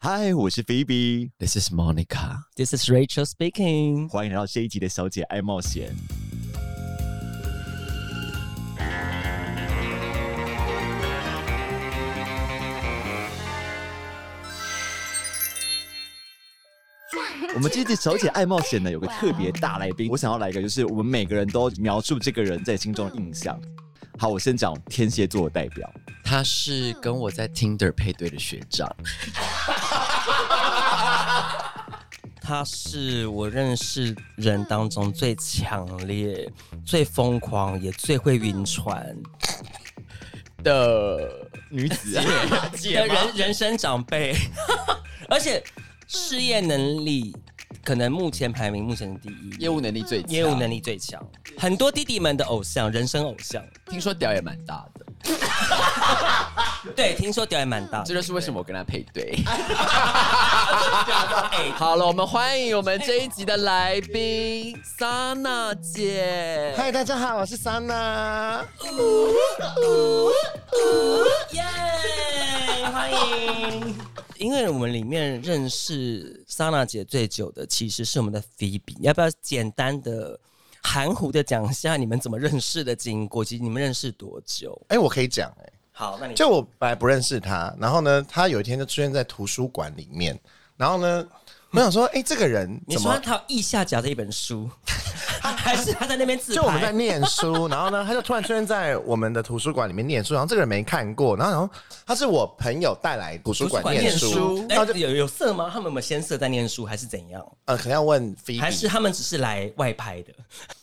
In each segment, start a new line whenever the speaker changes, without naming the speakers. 嗨，我是菲比，
This is Monica。
This is Rachel speaking。
欢迎来到这一集的《小姐爱冒险》。我们这一集《小姐爱冒险》呢，有个特别大来宾，我想要来一个，就是我们每个人都描述这个人在心中的印象。好，我先讲天蝎座的代表，
她是跟我
嗯
在 Tinder 配对的学长，
他是我认识人当中最强烈、最疯狂，也最会晕船
的
女子啊
的人人生长辈， 而且事业能力可能目前排名目前第一，
业务能力最强，
业务能
力
力最强，很多弟弟们的偶像，人生偶像。
听说屌也蛮大的，
对，听说屌也蛮大的，
这就是为什么我跟她配对。
哎
好了，我们欢迎我们这一集的来宾莎娜姐。
嗨，大家好，我是桑娜。
耶！欢迎。因为我们里面认识莎娜姐最久的，其实是我们的菲比。要不要简单的、含糊的讲一下你们怎么认识的经过？其实你们认识多久？
哎、我可以讲哎、
好，那你
就我本来不认识他，然后呢，他有一天就出现在图书馆里面，然后呢，我想说，哎、这个人
你
怎
说
么？
他有腋下夹着一本书，还是他在那边自
就我们在
拍？
念书，然后呢，他就突然出现在我们的图书馆里面念书，然后这个人没看过，然后然后他是我朋友带来图书馆念书，
哎
然后就
有有色吗？他们有没有先色在念书，还是怎样？
呃，可能要问菲
还是
比，
他们只是来外拍的？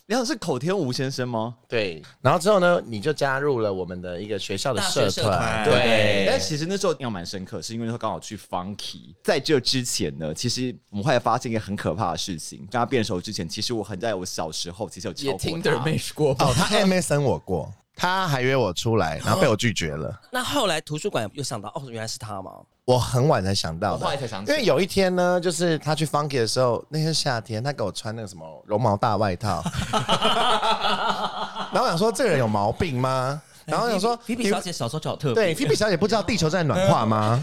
你好，是口天吴先生吗？
对，然后之后呢，你就加入了我们的一个学校的
大学社团
团，
对
但其实那时候印象蛮深刻，是因为那时候刚好去 Funky。在这之前呢，其实我们后来发现一个很可怕的事情，跟他变熟之前，其实我很在我小时候其实有
也
超过
Tinder
他。
没过吧？
哦，他 MSN 我过，他还约我出来，然后被我拒绝了。
那后来图书馆又想到，哦，原来是他吗？
我很晚才想到
我
的，
后来才想起
因为有一天呢，就是他去 Funky 的时候，那天夏天，他给我穿那个什么绒毛大外 套，然后我想说这个人有毛病吗？然后我想说，
菲比
你
哎小姐小时候就有特别
对，菲比小姐不知道地球在暖化吗？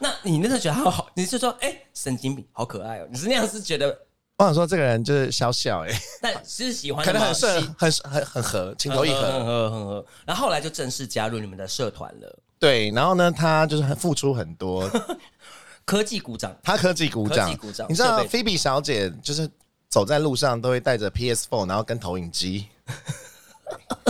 那你那时候觉得他好， 你是说哎、神经病，好可爱哦、你是那样是觉得，
我想说这个人就是小小 哎、
但是喜欢
可
的
能
吗
很顺，很很很合，情投意
很合很
合。
合很合。然后后来就正式加入你们的社团了，
对，然后呢，他就是很付出很多，
科技鼓掌。
他科技鼓
科
掌
技鼓掌，
你知道
设备
菲比小姐就是走在路上都会带着 PS4，然后跟投影 机，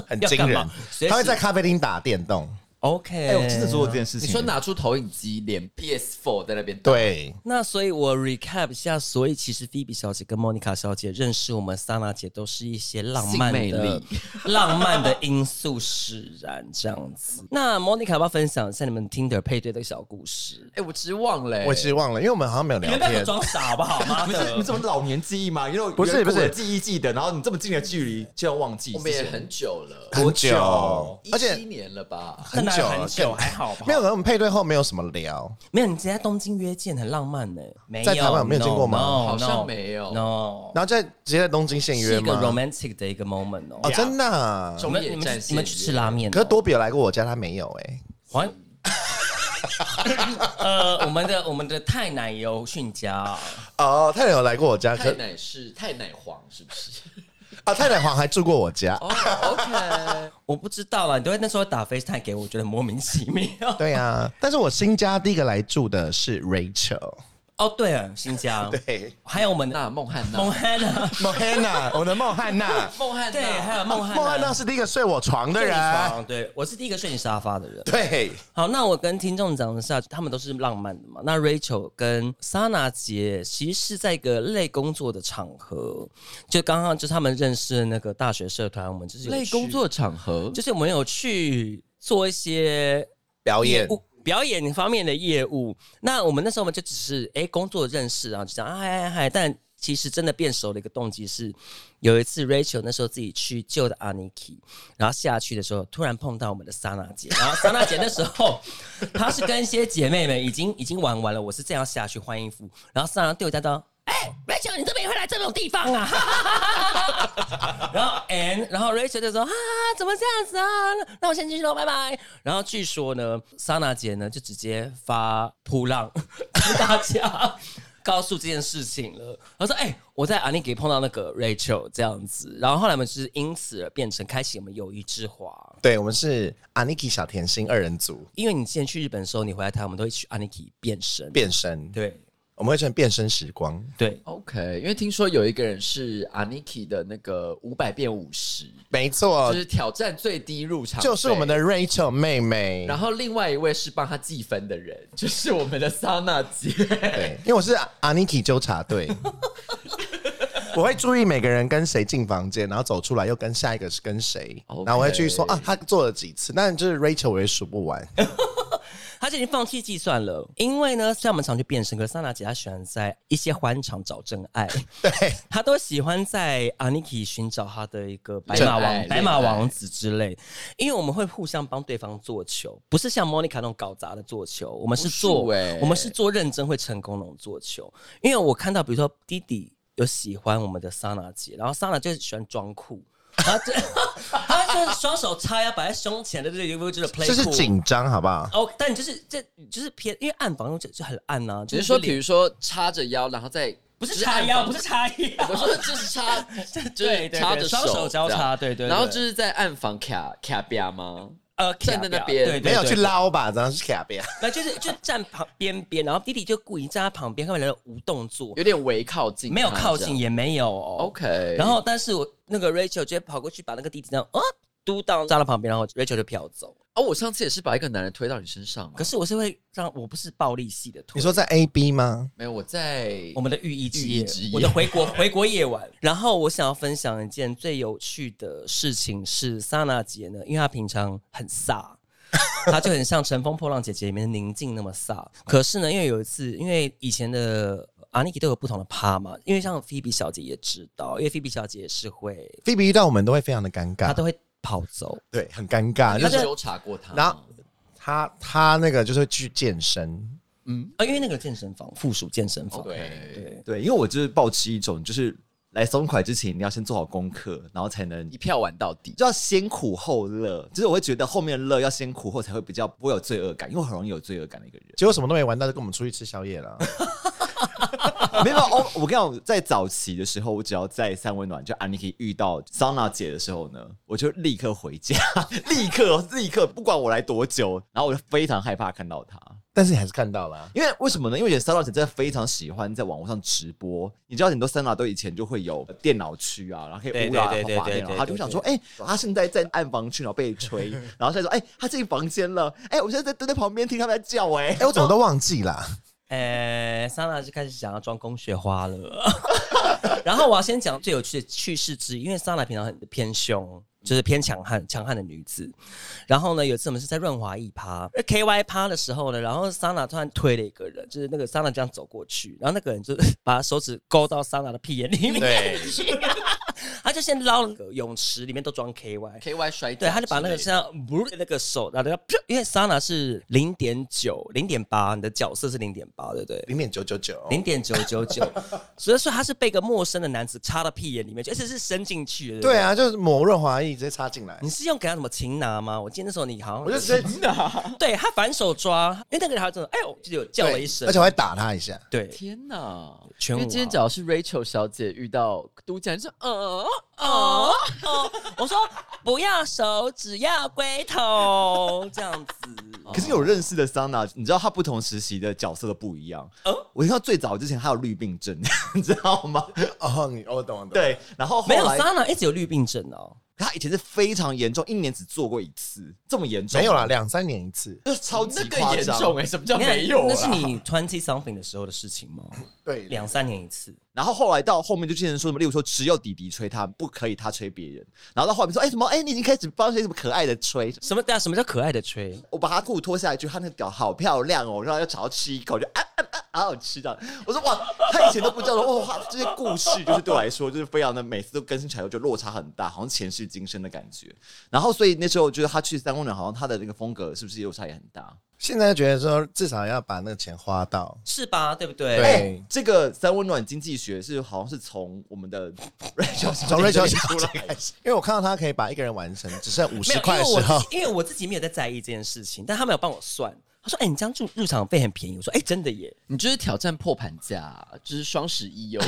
很
要
惊
干
人
嘛。随时
他会在咖啡厅打电动，
OK，
哎、我真的做过这件事
你
情。
说拿出投影机，连 PS4 在那边打，
对，
那所以，我 recap 一下，所以其实菲比小姐跟莫妮卡小姐认识我们莎娜姐，都是一些浪漫
性魅
的
力、
浪漫的因素使然这样子。那莫妮卡要不要分享一下你们 Tinder 配对的小故事？
哎，我只是忘了，
我其实忘了，因为我们好像没有
你
聊
们不要
天。
装傻好不好？妈
不
的
是，你怎么老年记忆嘛？因为
不是不是
我记忆记得，然后你这么近的距离就要忘记。
我们也
之前
很久了，
很久而且
哦一七年了吧？
很久了
很久还好吧？
没有，可能我们配对后没有什么聊，
没有，你直接在东京约见很浪漫呢、没有，
在台湾有没有见过吗
no，no，
好像没有
No，
然后再直接在东京现
是
约
一个
吗？
romantic 的一个 moment 哦、
哦，真的啊、
你
中
们
野
你们
战
去你们去吃拉面、哦？
可是多比有来过我家，他没有哎、
还 呃，我们的我们的太奶油训家，
哦，太奶有来过我家，可
太奶是太奶黄是不是？
啊，太奶黄还住过我家。
哦，OK，
我不知道啦，你都会那时候打 FaceTime 给我，我觉得莫名其 妙。
对啊，但是我新家第一个来住的 是 Rachel，
哦，对了，新疆，
对，
还有我们的
那孟汉娜，
孟汉娜，
莫汉娜，我的莫汉娜，
孟汉
对，还
哦
有孟汉
莫汉娜啊是第一个睡我床
啊
的
睡你
人，
床对我是第一个睡你沙发的人。
对，
好，那我跟听众讲一下，他们都是浪漫的嘛。那 Rachel 跟 Sana 姐其实是在一个类工作的场合，就刚刚就是他们认识的那个大学社团，我们就是有
类
去
工，作场合，
就是我们有去做一些
表演
业务表演方面的业务。那我们那时候我们就只是哎、诶工作认识，然后就讲啊嗨嗨嗨，但。其实真的变熟的一个动机是，有一次 Rachel 那时候自己去救的 Aniki，然后下去的时候突然碰到我们的莎娜姐，然后莎娜姐那时 候她是跟一些姐妹们已经已经玩完了，我是这样下去换衣服，然后莎娜对我叫到，哎、r a Rachel，你怎么也会来这种地方啊？ 然后 N，然后 Rachel 就说啊，怎么这样子啊？那那我先进去喽，拜拜。然后据说呢，莎娜姐呢就直接发扑浪 跟大家告诉这件事情了。她说：“哎、我在阿尼给碰到那个 Rachel 这样子。”然后后来我们就是因此而变成开启我们友谊之花。
对，我们是 Aniki 小甜心二人组
因为你之前去日本的时候，你回来台湾，我们都会去阿尼给变身。
变身，
对
我们会成变身时光。
对，
OK，因为听说有一个人是 Aniki 的那个五百变五十，
没错
就，是挑战最低入场，
哦就是我们的。Rachel 妹妹
然。后另外一位是帮他计分的人， 就是我们的莎娜姐。
对，因为我是 Aniki 纠察队，我会注意每个人跟谁进房间，然后走出来又跟下一个是跟谁
OK
然后我会去说啊，他做了几次，但就是 Rachel 我也数不完。
她就已经放弃计算了，因为呢，虽然我们常去变身，可是莎娜姐她喜欢在一些欢场找真 爱。
对，
他都喜欢在 Aniki 寻找他的一个白
真
马
爱
王、
恋
白马
爱
王子之类，因为我们会互相帮对方做球，不是像 Monica 那种搞砸的做球，我们是
不是
做，
欸
我们是做认真会成功那种做球。因为我看到，比如说弟弟有喜欢我们的莎娜姐，然后莎娜就喜欢装酷，然后就 她就是双手叉腰摆在胸前的这个一个就是 play，
就是
cool
紧张，好不好？
哦，但你就是这就是偏，因为暗房就就很暗呐、啊，
只
就是
说，
脸
比如说叉着腰，然后再
不是叉腰，不是叉腰，
我说的就是叉，就是
对对
叉着
对，双手交
这样
叉，对对对
然后就是在暗房卡卡边吗？
呃
站在那边
对对
没有去
拉，
捞吧，然后是卡边。
那就是就站旁边边，然后弟弟就故意站在旁边，根本就无动作，
有点微靠近他，
没有靠
这样
近，也没有哦。
OK，
然后，但是我那个 Rachel 直接跑过去把那个弟弟这样啊嘟到站到旁边，然后 Rachel 就飘走。
哦，我上次也是把一个男人推到你身上啊，
可是我是会让我不是暴力系的推
你。说在 A B 吗？
没有，我在
我们的寓意之
寓意
夜
之夜，
我的回国 回国夜晚。然后我想要分享一件最有趣的事情是，莎娜姐呢，因为她平常很飒， 她就很像《乘风破浪》姐姐里面的宁静那么飒。可是呢，因为有一次，因为以前的阿妮 i 都有不同的趴嘛，因为像菲比小姐也知道，因为菲比小姐也是会，
菲比遇到我们都会非常的尴
她
尬，
都会跑走。
对，很尴尬。
你
就
有
是
纠察过他吗，
然后他他那个就是去健身，
啊，因为那个健身房附属健身房，
哦对，
哦对
对，因为我就是抱持一种，就是来松快之前，你要先做好功课，然后才能
一票玩到底。
就要先苦后乐。就是我会觉得后面乐要先苦后才会比较不会有罪恶感，因为我很容易有罪恶感的一个人。
结果什么都没玩到，就跟我们出去吃宵夜了。
没有，哦，我跟你讲，在早期的时候，我只要在三温暖就 Aniki 遇到桑娜姐的时候呢，我就立刻回家， 立刻立刻，不管我来多久，然后我就非常害怕看到她。
但是你还是看到了啊，
因为为什么呢？因为我觉得三老姐真的非常喜欢在网络上直播。你知道很多三老都以前就会有电脑区啊，然后可以
对
乌拉
对对对
滑
对
电脑，
对
他就想说，哎、他现在在暗房区，然后被吹，然后再说，哎、他进房间了，哎、我现在在蹲在旁边听他们在叫、哎，
哎，我怎么都忘记啦。
呃，莎娜就开始想要装工学花了。 然后我要先讲最有趣的趣事之一，因为莎娜平常很偏凶，就是偏强悍、强悍的女子。然后呢，有一次我们是在润滑一趴呃 KY 趴的时候呢，然后莎娜突然推了一个人，就是那个莎娜这样走过去，然后那个人就把手指勾到莎娜的屁眼里面，
对，
他就先捞了个泳池里面都装 KY。
K Y 摔跤之类的，
对，他就把那个像不那个手，然后就啪因为莎娜是零点九、零点八，你的角色是零点八，对不对？
零点九九九，
零点九九九，所以说他是被一个陌生的男子插到屁眼里面去，而且是伸进去的。
对
啊，
啊，就是抹润滑液直接插进来
你，是用给他什么擒拿吗？我记得那时候你好像，
我就直接
对他反手抓，因为那个人好像真的，哎呦，就有叫了一声
而且，我还打他一下。
对，
天哪！
全
因
舞
为今天只要是 Rachel 小姐遇到都江，就呃
哦哦，我说不要手，只要龟头，这样子。
可是有认识的桑娜，你知道她不同时期的角色都不一样。
嗯
我听到最早之前她有绿病症，你知道吗？
哦，你哦我懂我懂。
对，然后后
没有
来
莎娜一直有绿病症哦，
她以前是非常严重，一年只做过一次，这么严重
没有啦，，两三年一次。
就是超级
那更
夸
严
张。
重哎，什么叫
你看
没有啊？
那是你 twenty something 的时候的事情吗？
对，
两三年一次，
然后后来到后面就变成说什么，例如说只有弟弟吹他，不可以他吹别人。然后到后面说，哎、什么？哎、你已经开始帮谁什么可爱的吹？
什么？对啊，什么叫可爱的吹？
我把他裤脱下来，就他那个屌好漂亮哦，然后要想要吃一口，就啊啊啊，好好吃的。我说哇，他以前都不知道说，哇，这些故事就是对我来说就是非常的，每次都更新起来就落差很大，好像前世今生的感觉。然后所以那时候就是他去三公园，好像他的那个风格是不是落差也很大？
现在觉得说至少要把那个钱花到，
是吧？对不对？
对
哎这个三温暖经济学是好像是从我们的 Rachel 小姐
从 Rachel
哎这边出来的，
因为我看到他可以把一个人完成只剩五
没
十
有，
块的
因为我
时候
自，己因为我自己没有在在意这件事情，但他们有帮我算。他说：“哎、你这样入入场费很便宜。”我说：“哎、真的耶，
你就是挑战破盘价，就是双十一 哦。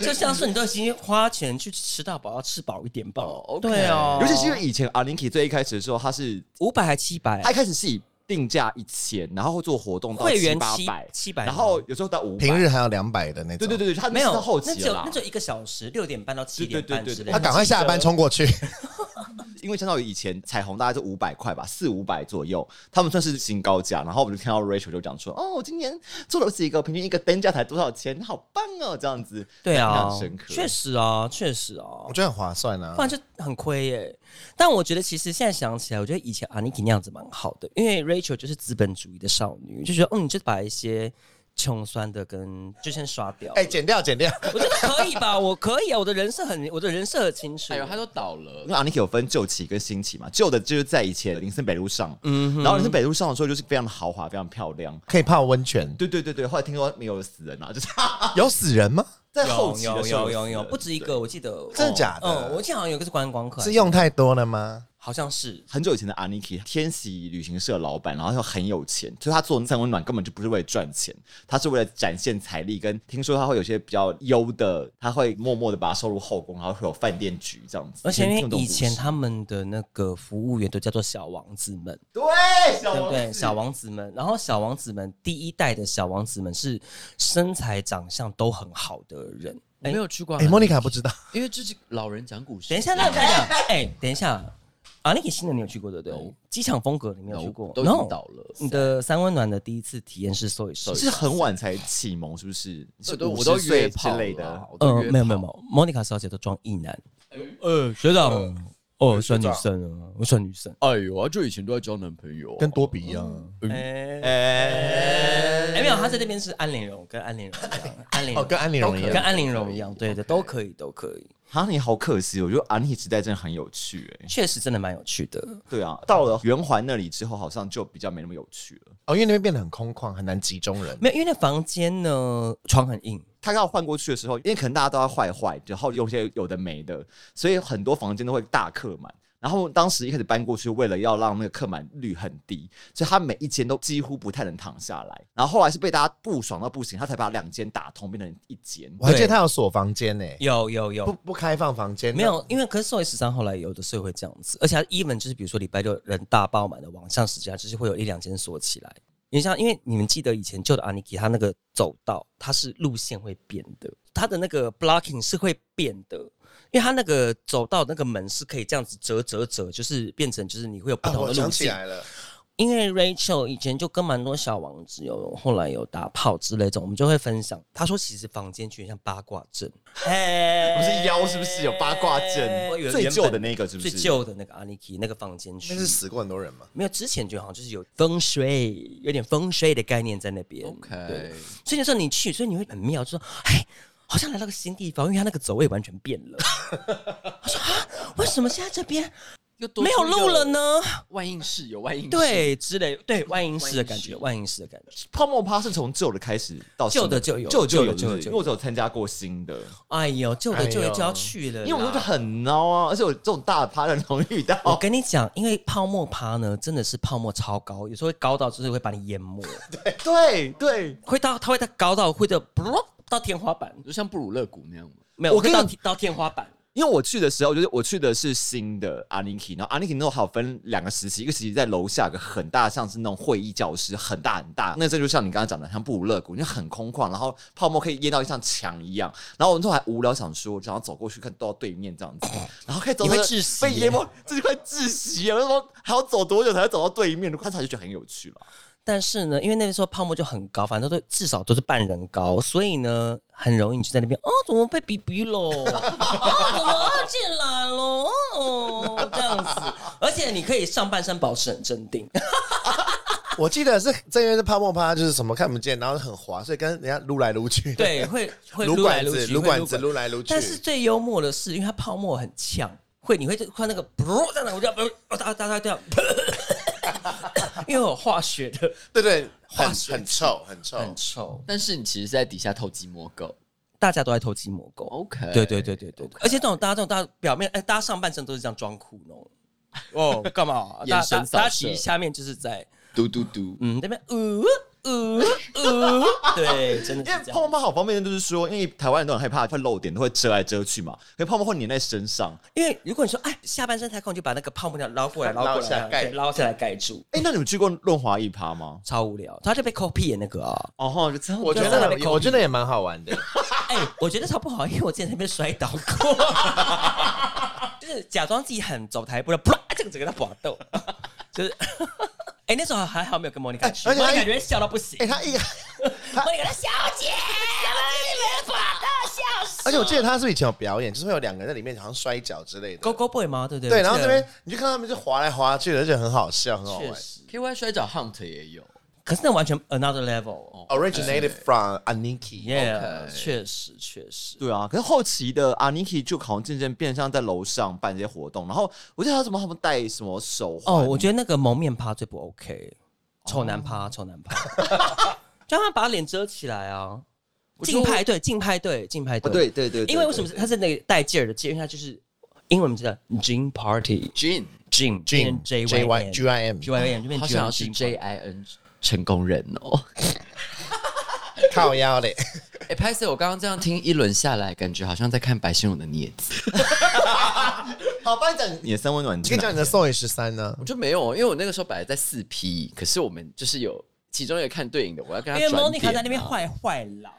就像是你都已经花钱去吃到饱，要吃饱一点吧。
哦，OK
对哦，
尤其是因为以前 Aniki 最一开始的时候，他是
五百还七百
他，一开始是以定价一千，然后会做活动到
会员
八
七
百，
700
然后有时候到五百。
平日还有两百的那种。
对对，对对，他
没有
是到后期
那只有
了啦
那只有一个小时，六点半到七点半
对对对
之
对
类
他
的。
赶快下班冲过去。
因为相当于以前彩虹大概就五百块吧，四五百左右，他们算是新高价。然后我们就看到 Rachel 就讲说：“哦，我今年做了几个，平均一个单价才多少钱，好棒哦！”这样子，
对啊
印象深，刻。
确，实啊，确实啊
我，觉得很划算啊
不。然就很亏耶。但我觉得其实现在想起来，我觉得以前阿妮 i 那样子蛮好的，因为 Rachel 就是资本主义的少女，就觉得嗯，你就把一些穷酸的跟就先刷掉。
哎，剪掉，剪掉。
我觉得可以吧， 我可以啊，我的人设很，我的人设很清楚。
哎呦，他都倒
因
了，
为 Aniki 有分旧期跟新期嘛，旧的就是在以前林森北路上，嗯，然后林森北路上的时候就是非常的豪华，非常漂亮。
可以泡温泉，
对对对对，后来听说没有死人啊，就是
有死人吗？
在后
有
期的
有
时候
有有
死
有，
人
不止一个，我记得。
真的假的
嗯，我记得好像有一个是观光客，
是用太多了吗？
好像是。
很久以前的 Aniki 天喜旅行社老板，然后又很有钱，所以他做三温暖根本就不是为了赚钱，他是为了展现财力，跟听说他会有些比较优的，他会默默的把它收入后宫，然后会有饭店局这样子。
而且因
听不懂
为以前
故事
他们的那个服务员都叫做小王子们，
对小
对不
王
对？
子
小王子们，然后小王子们第一代的小王子们是身材长相都很好的人。
我没有去过。
哎，莫妮卡不，知道，
因为这是老人讲故事。
等一下，那我讲讲，哎，等一下，啊，那个新的你有去过对不对
No？机
机场风格你没有去过
都已经倒了。
你的三温暖的第一次体验是 so
对
so，
是很晚才启蒙，是不是？是
我都我
50
都
岁
约
之
炮
类
了啊
的。，
我都
呃，
约
没有没有
炮
没有，Monica 小姐都装异男。
哎
呃，学长，哦，我算女生啊，我算女生。
哎呦，啊，就以前都在交男朋友啊、
跟多比一样。
哎，
哎
没有，他在那边是安陵容，跟安陵容一样，安陵
哦，
容
跟安陵容一
跟
样。
安陵容一样，对的，都可以，都可以，
哈，你好可惜，我觉得 Aniki 时代真的很有趣哎、
确实真的蛮有趣的。
对啊，到了圆环那里之后，好像就比较没那么有趣了。
哦，因为那边变得很空旷，很难集中人。
没有，因为那房间呢，床很硬，
他要换过去的时候，因为可能大家都要坏坏，然后用些有的没的，所以很多房间都会大客满。然后当时一开始搬过去，为了要让那个客满率很低，所以他每一间都几乎不太能躺下来。然后后来是被大家不爽到不行，他才把两间打通变成一间。
我还记得他有锁房间呢，
有有有
不，不开放房间。
没有，因为可是 SOY 十三后来有的时候会这样子，而且它 even 就是比如说礼拜六人大爆满的晚上时间，就是会有一两间锁起来。你像，因为你们记得以前旧的 Aniki，它那个走道它是路线会变的，它的那个 blocking 是会变的，因为它那个走道那个门是可以这样子折折折，就是变成就是你会有不
啊，
同
我
的
想
路
起
线。
来了，
因为 Rachel 以前就跟蛮多小王子有，后来有打炮之类的，我们就会分享。他说，其实房间就很像八卦阵，
不
不
是腰是不是有八卦
哎
阵？最旧的那个是不
最
是？
旧的那个 Aniki 那个房间
那
区
是死过很多人吗？
没有，之前就好像就是有风水，有点风水的概念在那边。对
OK，
所以那时候你去，所以你会很妙，就说，哎，好像来到个新地方，因为它那个走位完全变了。我说啊，为什么现在这边
又多
没有
出一个
路了呢？
万应室有万应室，
对，之类，对，万应室的感觉，
万
万应室的感觉。
泡沫趴是从旧的开始到新
旧的就有
旧就
旧
有
的就有
对不对
旧的
因为我只有参加过新的，
哎呦，旧
哎
的
呦
旧的就要去了啦，
因为我们就很孬啊，而且我这种大趴很容易遇到。
我跟你讲，因为泡沫趴呢，真的是泡沫超高，有时候会高到就是会把你淹没，
对对，
会到它会到高到会到到天花板，
就像布鲁勒谷那样嘛。
没有，
我
我
跟
跟
你
到到天花板。
因为我去的时候，就是我去的是新的 Aniki，然后 Aniki 那种好分两个时期，一个时期在楼下有个很大，像是那种会议教室，很大很大，那这就像你刚刚讲的，像布鲁勒谷，就很空旷，然后泡沫可以淹到像墙一样。然后我那时候还无聊，想说想要走过去看到对面这样子，然后开始走
哦你会
走
窒息
被
耶
淹没，这就快窒息了。我就说还要走多久才能走到对面？观察就觉得很有趣了。
但是呢，因为那个时候泡沫就很高，反正都至少都是半人高，所以呢，很容易你就在那边哦，怎么被逼逼 喽？哦，怎么要进来喽？哦，这样子，而且你可以上半身保持很镇定，
我记得是正因为是泡沫趴，就是什么看不见，然后很滑，所以跟人家撸来撸去。，
对， 会会
撸
来
管
撸
子，
去，
撸
会
管子，撸来撸去。
但是最幽默的是，因为它泡沫很哦呛，会你会看那个噗，这样子我就要呃大大大掉， 因为我化学的
对对，很
化学
很臭，很臭。
很臭，
但是你其实是在底下偷鸡摸狗
大家都在偷鸡摸狗。
，OK？
对对对对对，对而且这种大家这种大家表面哎，大家上半身都是这样装酷弄。哦，干 嘛？
眼
大
神
家
扫射
大家其实下面就是在
嘟嘟嘟，
嗯那边呜呜呜， 对，真的
因为
是这
泡
样。
沫好方便，就是说，因为台湾人都很害怕会漏点，都会遮来遮去嘛。可是泡沫会粘在身上。
因为如果你说哎下半身太空，你就把那个泡沫料捞过来，捞
捞
过
下
来，
盖
对捞下来盖住，
哎、那你们去过润滑一趴吗？
超无聊。他就被 copy 那个啊，
哦吼，就这样
我觉
就在那
得
边抠
我觉得也蛮好玩的。
哎、我觉得超不好，因为我之前在那边摔倒过， 就是假装自己很走台步的，啪，这个整个在搏斗， 就是，哎、那时候还好没有跟莫妮卡去，
哎而且
莫
他
妮卡觉得笑到不行
哎，，他一，
莫 妮卡说小姐，你们搏斗笑死。
而且我记得他是不是以前有表演，就是会有两个人在里面好像摔跤之类的。
勾勾 boy 吗？对不对？
对，
我记得
然后这边你就看他们就滑来滑去的，而且很好笑，很好
确
玩。
实，
K Y 摔跤 Hunt 也有，
可是那完全 another
哦
level，
Originated from Aniki，
耶，
OK
确实确实，
对啊，可是后期的阿 Niki 就好像渐渐变相在楼上办这些活动，然后我记得他怎么他们戴什么手环
哦，
哎
我觉得那个蒙面趴最不 OK，丑
哦
男 趴，丑男趴， 就让他把脸遮起来啊。竞派对，竞派对，竞派
哦对
对，
对对对
因为为什么是他是那个戴戒儿的戒，因为他就是英文名字叫 Gin Party
Jin，
Gin
Jin
J
J
Y
Y G I M，
G Y N 就变
好
G
想要
Y
是
N
J I N 成功人哦。
靠腰 嘞。
哎，拍摄我刚刚这样听一轮下来，感觉好像在看白先勇的镊子。
好班长，你的三温暖
你
你
可以讲你的 Soy 十三呢
我？就没有，哦因为我那个时候本来在四 P，可是我们就是有其中一个看对影的，我要跟
因
他
为
转
Monica
点
在那边
啊
坏坏了。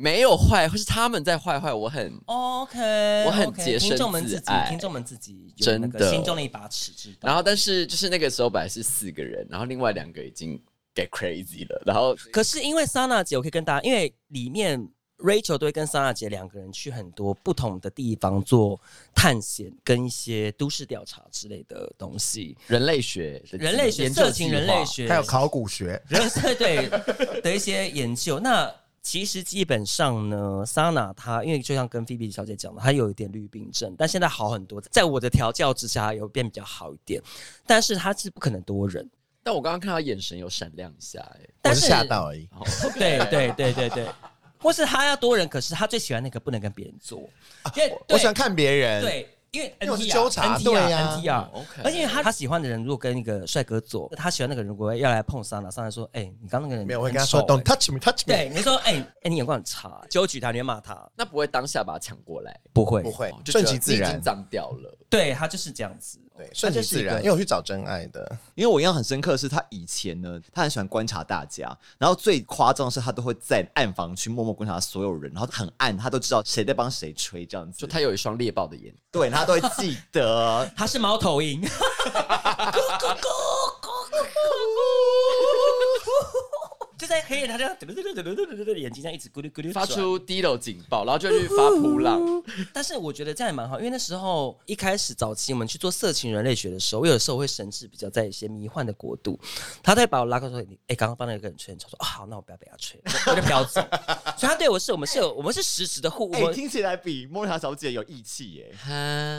没有坏，是他们在坏坏，我很
OK，
我很
OK，
洁身
听众们自
自
己
爱，
听众们自己有
真
那个
的
心中的一把尺，知道。
然后但是就是那个时候本来是四个人，然后另外两个已经 get crazy 了，然后
可是因为莎娜姐，我可以跟大家，因为里面 Rachel 都会跟莎娜姐两个人去很多不同的地方做探险，跟一些都市调查之类的东西。
人类学的
人类学、
研究
色情
计划
人类，学，
还有考古学，
人社 对的一些研究。那其实基本上呢，莎娜她因为就像跟菲比小姐讲的，她有一点绿病症，但现在好很多，在我的调教之下有变比较好一点，但是她是不可能多人。
但我刚刚看到眼神有闪亮一下、哎，
我
但
是吓到而已。
对对对对对，或是他要多人，可是他最喜欢那个不能跟别人做，因为
啊我喜欢看别人。
对。对因为 N
因为我是
T
纠察
N T
队
R
啊
N T R，
嗯，OK
而且他他喜欢的人如果跟一个帅哥做，他喜欢那个人如果要来碰桑拿，桑拿说：“哎，你刚刚那个人
没有，我会
很
跟他说
丑
“Don't
哎
touch me, touch me”。
对，你说：“哎哎，你眼光很差。”揪举他，你会骂他？
那不会当下把它抢过来，
不会，
不。会
哦，就觉
顺
得
其自
你已
然
经，脏掉了。
对他就是这样子。
对，顺其自然。
他就是一个。
因为我去找真爱的，
因为我印象很深刻的是，他以前呢，他很喜欢观察大家，然后最夸张的是，他都会在暗房去默默观察所有人，然后很暗，他都知道谁在帮谁吹这样子，
就他有一双猎豹的眼，
对他都会记得
他是猫头鹰，就在黑夜，他这样眼睛这样一直咕噜咕噜
啊
发出低楼警报，然后就去发扑浪。
但是我觉得这样也蛮好，因为那时候一开始早期我们去做色情人类学的时候，我有时候会神志比较在一些迷幻的国度，他都会把我拉过来说：“你哎，刚刚帮那个人吹很臭。”说：“哦，好，那我不要被他吹，我就飘走。”所以他对我是我们是有我们是实质的互
哎、
我
听起来比莫妮卡小姐有义气耶、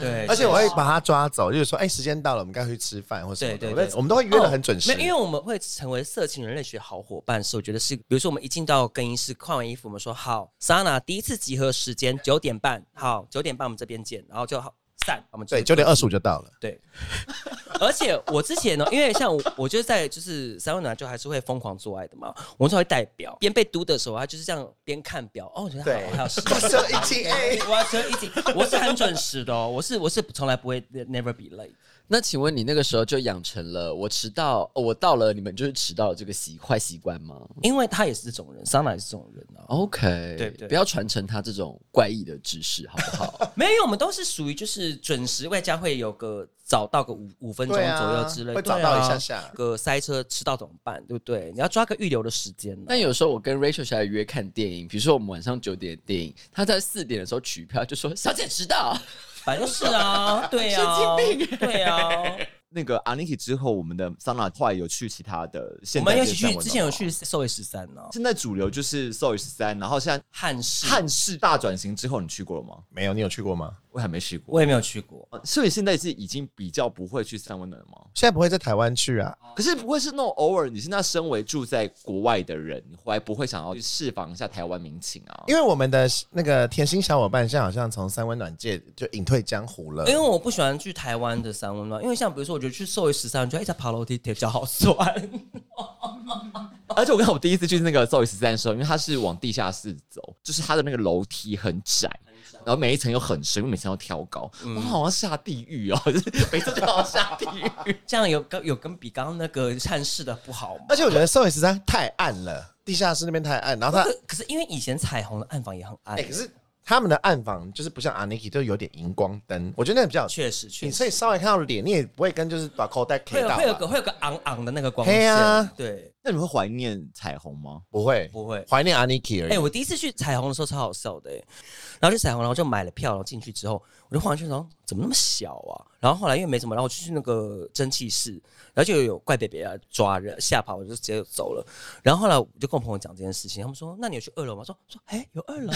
对，
对，
而且我会把他抓走，就是说，哎，时间到了，我们该去吃饭或什么
对
的。
对
我
对
们我们都会约的很准时
哦没有，。因为我们会成为色情人类学好伙伴，是我觉得是，比如说我们一进到更衣室换完衣服，我们说好，Sana 第一次集合时间九点半，好，九点半我们这边见，然后就好散，我们就
对，九点二十五就到了。
对，而且我之前呢，因为像我，我就在就是三温暖就还是会疯狂做爱的嘛，我才会戴表，边被嘟的时候，他就是这样边看表，哦，我觉得好，我还有时间，
就一起哎，
我要说一起，我是很准时的哦，我是我是从来不会 never be late。
那请问你那个时候就养成了我迟到，哦我到了，你们就是迟到的这个习坏习惯吗
因为他也是这种人，桑娜也是这种人啊。
？OK，
对对
不要传承他这种怪异的知识，好不好？
没有，我们都是属于就是准时，外加会有个早到个五五分钟
对啊
左右之类，
会
对啊
早到一下下
个塞车迟到怎么办？对不对？你要抓个预留的时间啊呢。
但有时候我跟 Rachel 小姐约看电影，比如说我们晚上九点的电影，她在四点的时候取票就说：“小姐迟到。
反正就是啊，对啊，神经病，对啊。
那个 Aniki 之后，我们的桑娜后来有去其他的
我
现代
们有
电
一起
视台
去，
玩
之前有
嘛。
去 s o 十三呢，
现在主流就是 Soy 十三，然后现在
汉室，
汉室大转型之后，你去过了吗？
没有，你有去过吗？
我还没去过，
我也没有去过。
呃所以现在是已经比较不会去三温暖了吗？
现在不会在台湾去啊，
哦
可是不会是那种偶尔，你是那身为住在国外的人，你还不会想要去释放一下台湾民情啊？
因为我们的那个甜心小伙伴现在好像从三温暖界就隐退江湖了
因。为我不喜欢去台湾的三温暖，因为像比如说，我觉得去兽医十三，我觉得一直爬楼梯腿脚好酸。
而且我跟我第一次去那个 Soy 十三的时候，因为它是往地下室走，就是它的那个楼梯很窄，然后每一层又很深，因为每层要挑高，我好像下地狱哦， 就是每次就好像下地狱。
这样有跟有跟比刚刚那个汉室的不好吗？
而且我觉得 s o 十三太暗了，地下室那边太暗，然后 它
可可是因为以前彩虹的暗房也很暗
哎、，可是他们的暗房就是不像 Aniki 都有点荧光灯，我觉得那个比较有趣。
确实确
你
实
所以稍微看到脸，你也不会跟就是把口袋
会
贴
有
到吧，
会有个会有个昂昂的那个光
嘿啊
线，对，
那你会怀念彩虹吗？
不会
不会
怀念 Aniki 而已。
哎、我第一次去彩虹的时候超好笑的、欸，然后去彩虹，然后就买了票，然后进去之后，我就晃来去，然后哦怎么那么小啊？然后后来因为没什么，然后我就去那个蒸汽室，然后就有怪别别来抓人吓跑，我就直接走了。然后后来我就跟我朋友讲这件事情，他们说：“那你有去二楼吗？”我说：“说哎、有二 楼，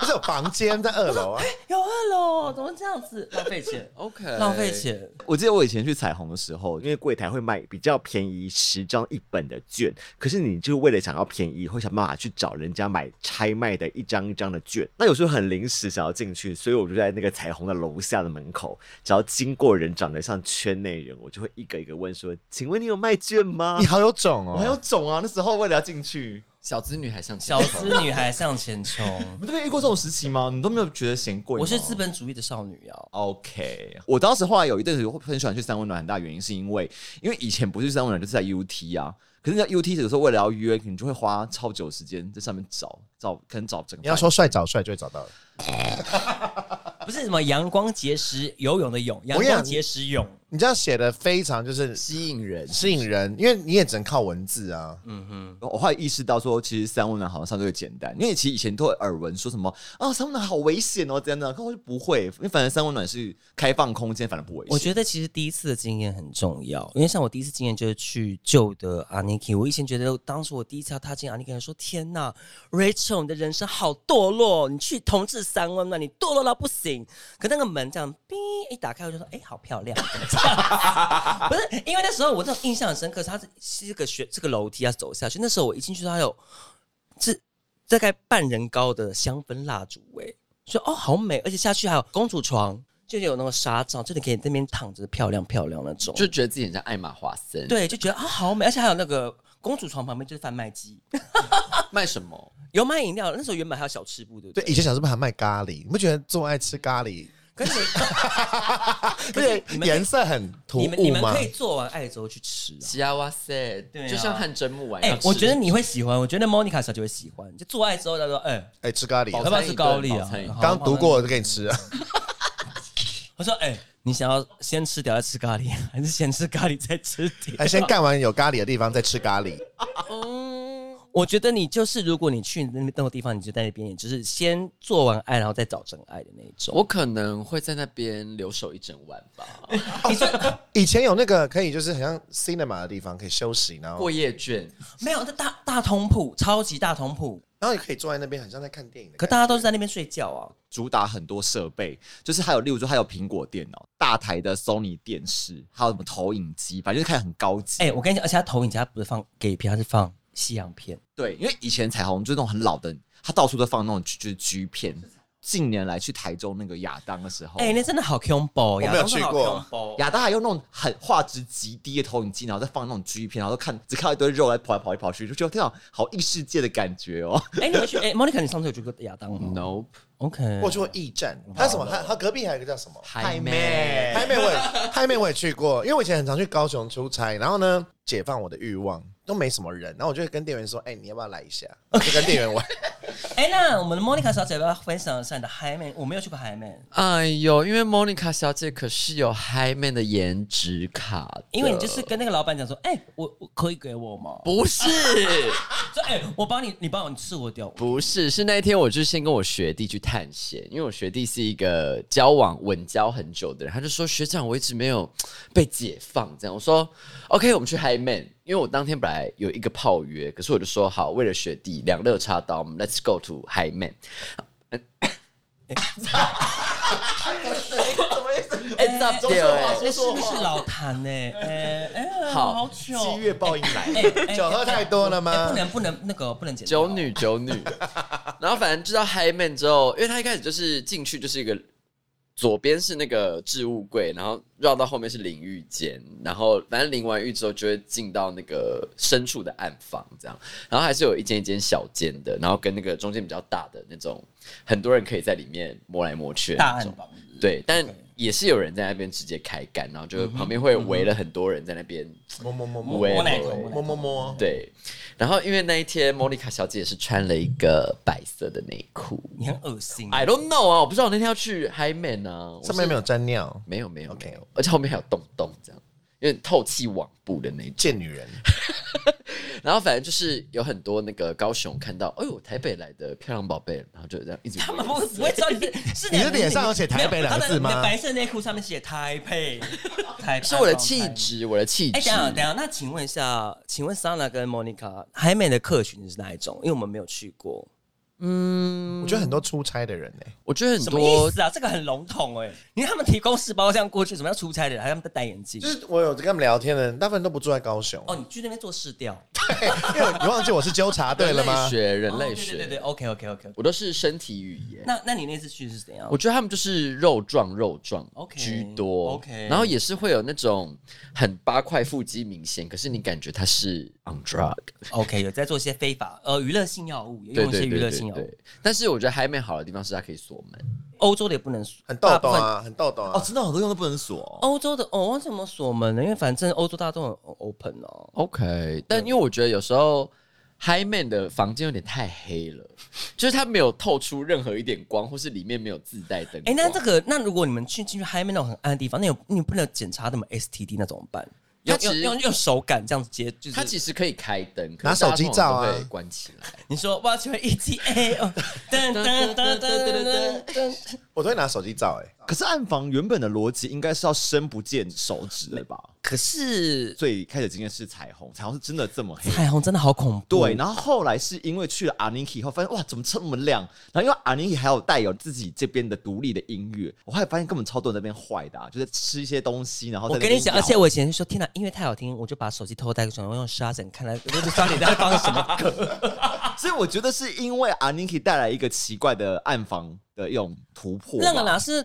不是有房间在二楼啊？
有二楼，怎么这样子？浪费钱
OK，
浪费。 钱。
我记得我以前去彩虹的时候，因为柜台会卖比较便宜十张一本的券，可是你就为了想要便宜，会想办法去找人家买拆卖的一张一张的券。那有时候很临时想要进去，所以我就在那个彩虹的楼下的门口，只要经过人长得像圈内人，我就会一个一个问说：“请问你有卖券吗
啊
你好有种？”
我很有
哦！
种啊！那时候为了要进去，
小资女还上”
小资女孩向前冲
你，们这边遇过这种时期吗？你都没有觉得嫌贵吗
我是资本主义的少女啊。
OK，我当时后来有一阵子会很喜欢去三温暖，很大原因是因为，因为以前不是去三温暖就是在 UT 啊，可是在 UT 有时候为了要约，你就会花超久时间在上面找找，可能找整个
你要说帅找帅就会找到了。
啊不是什么阳光结石游泳的泳，阳
我跟你
光
讲
结石泳，
你这样写的非常就是
吸引人，
吸引人，因为你也只能靠文字啊。
嗯
我后来意识到说，其实三温暖好像相对简单，因为其实以前都会耳闻说什么啊，三温暖好危险哦，怎样怎样，可我就不会，因为反正三温暖是开放空间，反而不危险。
我觉得其实第一次的经验很重要，因为像我第一次经验就是去旧的 Aniki，我以前觉得当时我第一次要踏进 Aniki，说天呐，Rachel，你的人生好堕落，你去同志三温暖，你堕落到不行。可那个门这样，哔一打开，我就说，哎、好漂亮。 不是因为那时候我这种印象很深刻，是它是是这个学这个楼梯要走下去，那时候我一进去，它有这大概半人高的香氛蜡烛哎、说哦好美，而且下去还有公主床，就有那个纱帐，就你可以在那边躺着漂亮漂亮那种，
就觉得自己很像艾玛华森。，
对，就觉得啊好美，而且还有那个公主床旁边就是贩卖机，
卖什么？
有卖饮料，那时候原本还有小吃部，对不
对，
对？
以前小时候还卖咖喱，你不觉得做爱吃咖喱，
可是
而
你
且
们
颜色很突
你们你
兀
们
吗
可？以做完爱之后去吃啊。
西啊哇塞，
对啊
就像汗蒸木丸一
哎、
样吃。
我觉得你会喜欢，我觉得 Monica 小姐会喜欢。就做爱之后，她说：“哎、
哎，吃咖喱
饱
要
啊，
不要吃高丽
饱餐一顿
啊？”
刚读过我就给你吃啊。
我说：“哎、你想要先吃屌再吃咖喱，啊 还是先吃咖喱再吃 屌？”
哎，先干完有咖喱的地方再吃咖喱。
我觉得你就是，如果你去那那个地方，你就在那边，也就是先做完爱，然后再找真爱的那一种。
我可能会在那边留守一整晚吧，
哎
以前有那个可以就是很像 cinema 的地方可以休息，然后
过夜券。
没有，那大大通铺，超级大通铺，
然后也可以坐在那边，很像在看电影的
可
感觉。
大家都是在那边睡觉啊。
主打很多设备，就是还有例如说还有苹果电脑、大台的 Sony 电视，还有什么投影机，反正就是看起来很高级。
哎、我跟你讲，而且他投影机它不是放 gay 片，它是放西洋片。
对，因为以前彩虹就是那种很老的，它到处都放那种就是 G 片。近年来去台中那个亚当的时候，
哎、那真的好 combo 呀！
哦没有去过
亚当还用那种很画质极低的投影机，然后再放那种 G 片，然后都看只看到一堆肉来跑来跑来跑去，就觉得天啊，好异世界的感觉哦。
哎、你们去哎、m o n i c a 你上次有去过亚当吗
Nope，
？OK，
我去过驿站，还有什么？还它隔壁还有一个叫什么？
海
妹
嗨妹我也嗨妹我也去过，因为我以前很常去高雄出差，然后呢，解放我的欲望都没什么人，然后我就会跟店员说：“哎、你要不要来一下？”我就跟店员玩，
哎，那我们的 Monica 小姐要不要分享一下你的 High Man？我没有去过 High Man，
哎呦，因为 Monica 小姐可是有 High Man 的颜值卡的，
因
啊
为你就是跟那个老板讲说，哎，我我可以给我吗？
不是
说哎，我帮你，你帮我吃我掉。
不是是那一天我就先跟我学弟去探险，因为我学弟是一个交往稳交很久的人，他就说学长我一直没有被解放，这样我说 OK 我们去 High Man，因为我当天本来有一个炮约，可是我就说好为了学弟两肋插刀，我们 Let's go to High Man。It's up
哎
there，哎
那是不是老谭呢？哎哎，
好
好糗。
七月报应来
哎
了，
哎
酒喝太多了
哎
吗
不？能不能那个不能剪掉
九女九女，然后反正知道 High Man 之后，因为他一开始就是进去就是一个左边是那个置物柜，然后绕到后面是淋浴间，然后反正淋完浴之后就会进到那个深处的暗房这样，然后还是有一间一间小间的，然后跟那个中间比较大的那种，很多人可以在里面摸来摸去的
大
那
汉
种，
堡。
对，但。也是有人在那边直接开干，然后就旁边会围了很多人在那边
摸摸摸摸
喂
摸奶头
喂
摸摸摸，
对，然后因为那一天莫妮卡小姐是穿了一个白色的内裤
你很恶心。
，I don't know 啊，我不知道我那天要去 High Man 啊，我
上面
是
没有沾尿，
没有没有
OK
没有，而且后面还有洞洞这样，有点透气网布的那种。
贱女人。
然后反正就是有很多那个高雄看到，哎呦台北来的漂亮宝贝，然后就这样一直
他们 不不会知道你是是
你是脸上有写台北两个字吗
没有他的你的白色内裤上面写台北，台
是我的气。质，我的气
哎，
质
等一。下等一下，那请问一下，请问 Sana 跟 Monica 海美的客群是哪一种？因为我们没有去过，
我觉得很多出差的人呢，
我觉得很
什么意
多
思啊？这个很笼统哎、你看他们提供四包这样过去，什么要出差的人，还让他们戴戴眼镜
就？是我有跟他们聊天的人，大部分都不住在高雄。
哦，你去那边做试调，
因为你忘记我是纠察队
人
了
类
吗？
学，人类
哦对对对对
学，
，OK OK OK。
我都是身体语言。
那那你那次去是怎样
我？觉得他们就是肉壮肉壮
OK，
居多
OK
然后也是会有那种很八块腹肌明显，可是你感觉他是 on drug，
OK，有在做一些非法呃娱乐性药物，有
对
用一
对
些
对
娱乐
对
性
对
药物。
但是我觉得还没好的地方是它可以锁门，
欧洲的也不能，
很豆豆
大部分
啊，很豆豆
哦
啊，。
真的好多地方都不能锁，
欧洲的哦，忘记怎么锁门了，因为反正欧洲大家都很 open 哦。
OK，但因为我觉得有时候 High Man 的房间有点太黑 了，就是它没有透出任何一点光，或是里面没有自带灯光。
哎、那这个，那如果你们去进去 high man 那种很暗的地方，那有你不能检查什么 STD 那怎么办？
它
用
其
用
实
用用手感这样子接，就是
它其实可以开灯，可
拿
是大家
手机
通常
照啊
都会关起 来。
你说我要请问一七 A 哦，噔噔噔噔噔噔噔，
我都会拿手机照哎。
可是暗房原本的逻辑应该是要深不见手指的吧？
可是
最开始经验是彩虹，彩虹是真的这么黑。
彩虹真的好恐怖，
对，然后后来是因为去了 Aniki 以后，发现哇，怎么这么亮？然后因为 Aniki 还有带有自己这边的独立的音乐，我后来发现根本超多人在那边坏的、啊，就是吃一些东西，然后在
我
那
跟
边
你讲，
摇
而且我以前就说，天哪，音乐太好听，我就把手机偷偷带过去，我用沙枕看来，我就刷你在放什么歌。
所以我觉得是因为 Aniki 带来一个奇怪的暗房的一种突破吧，
那个哪是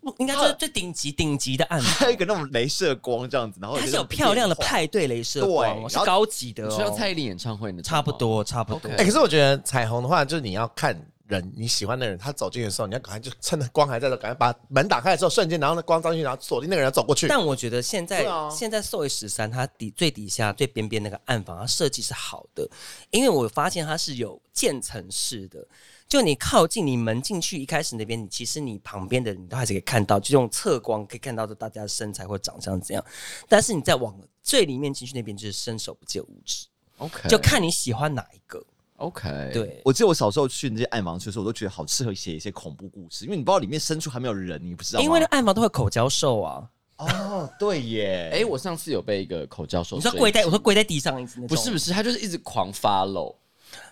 不应该就是最顶级顶级的暗房，
还有一个那种镭射光这样子，然后
它是
那
有
种
漂亮的
变化
派对镭射光
对
哦，是高级的
你说像蔡
哦，
依林演唱会呢？
差不多差不多。
哎，可是我觉得彩虹的话，就是你要看人，你喜欢的人，他走进的时候，你要赶快就趁着光还在的时候，赶快把门打开的时候，瞬间，然后那光照进去，然后锁定那个人走过去。
但我觉得现在、
对啊
现在 Soy 十三它底最底下最边边那个暗房，它设计是好的，因为我发现它是有渐层式的。就你靠近你门进去一开始那边，你其实你旁边的人你都还是可以看到，就用侧光可以看到大家的身材或长相怎样。但是你再往最里面进去那边，就是伸手不见五指，
，OK，
就看你喜欢哪一个。
OK，，
对，
我记得我小时候去那些暗房去的时候，我都觉得好适合写一些恐怖故事，因为你不知道里面深处还没有人，你不知道吗。
因为那暗房都会口交兽啊。
哦，对耶，
哎、我上次有被一个口教授
你说
追
跪在，
击
我说跪在地上一直那种，
不是不
是，
是，他就是一直狂发漏，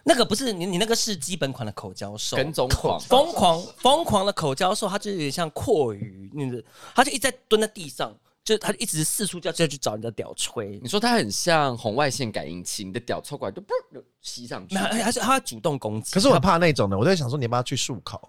那个不是你，你那个是基本款的口交兽，
跟踪狂。
疯狂疯狂的口交兽，它就有点像阔鱼，那个它就一直在蹲在地上，就它就一直四处叫，就去找人家屌吹
你。说他很像红外线感应器，你的屌凑过来就嘣就吸上去
那。哎而且它主动攻击，
可是我很怕那种的，我就想说，你要不要去漱口？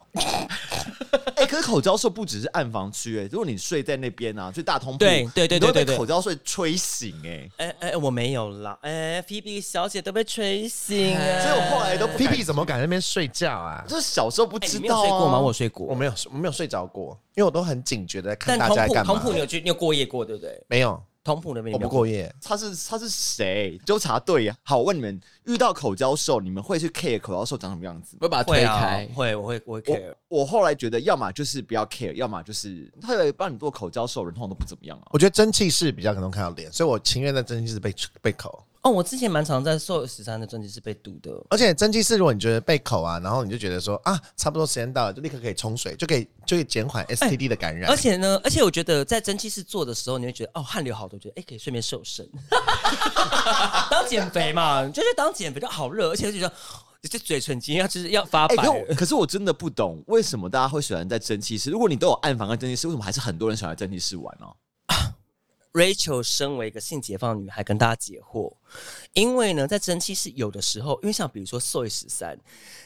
哎、可是口交睡不只是暗房区哎、如果你睡在那边啊，就大通铺，
对对对
你都会
对
被
对对
口交睡吹醒哎、
哎哎、我没有啦，哎、p b 小姐都被吹醒哎、
所以我后来都不
屁
敢
屁怎么敢在那边睡觉啊？
就是小时候不
哎
知
你没有
道、啊
睡过吗？我睡过，
我没有，我没有睡着过，因为我都很警觉的在看
但
大
同
家在
铺
干
同铺
嘛
你。有去，你有过夜过对不对？
没有，
通铺那边有没
我不
有
过夜，
他是他是谁？纠察队呀、好，我问你们，遇到口交兽，你们会去 care 口交兽长什么样子吗？
会把它
会
推
啊
开，，
会我会我会 care，
我我后来觉得，要么就是不要 care，要么就是他有帮你做口交兽，人通常都不怎么样啊。
我觉得蒸汽室比较可能看到脸，所以我情愿在蒸汽室被被口。
哦，我之前蛮常在寿十三的专辑是被堵的，
而且蒸汽室，如果你觉得被口啊，然后你就觉得说啊，差不多时间到了，就立刻可以冲水，就可以就可以减缓 STD 的感染。
哎而且呢，而且我觉得在蒸汽室做的时候，你会觉得哦，汗流好多，觉得哎、可以顺便 瘦身，当减肥嘛，就是当减肥就好热，而且就觉得这嘴唇今天要就是要发
哎、
白
可
了。
是我可是我真的不懂，为什么大家会喜欢在蒸汽室？如果你都有暗房跟蒸汽室，为什么还是很多人喜欢在蒸汽室玩呢、啊
Rachel 身为一个性解放女孩，跟大家解惑，因为呢，在蒸汽室有的时候，因为像比如说 Soy 十三，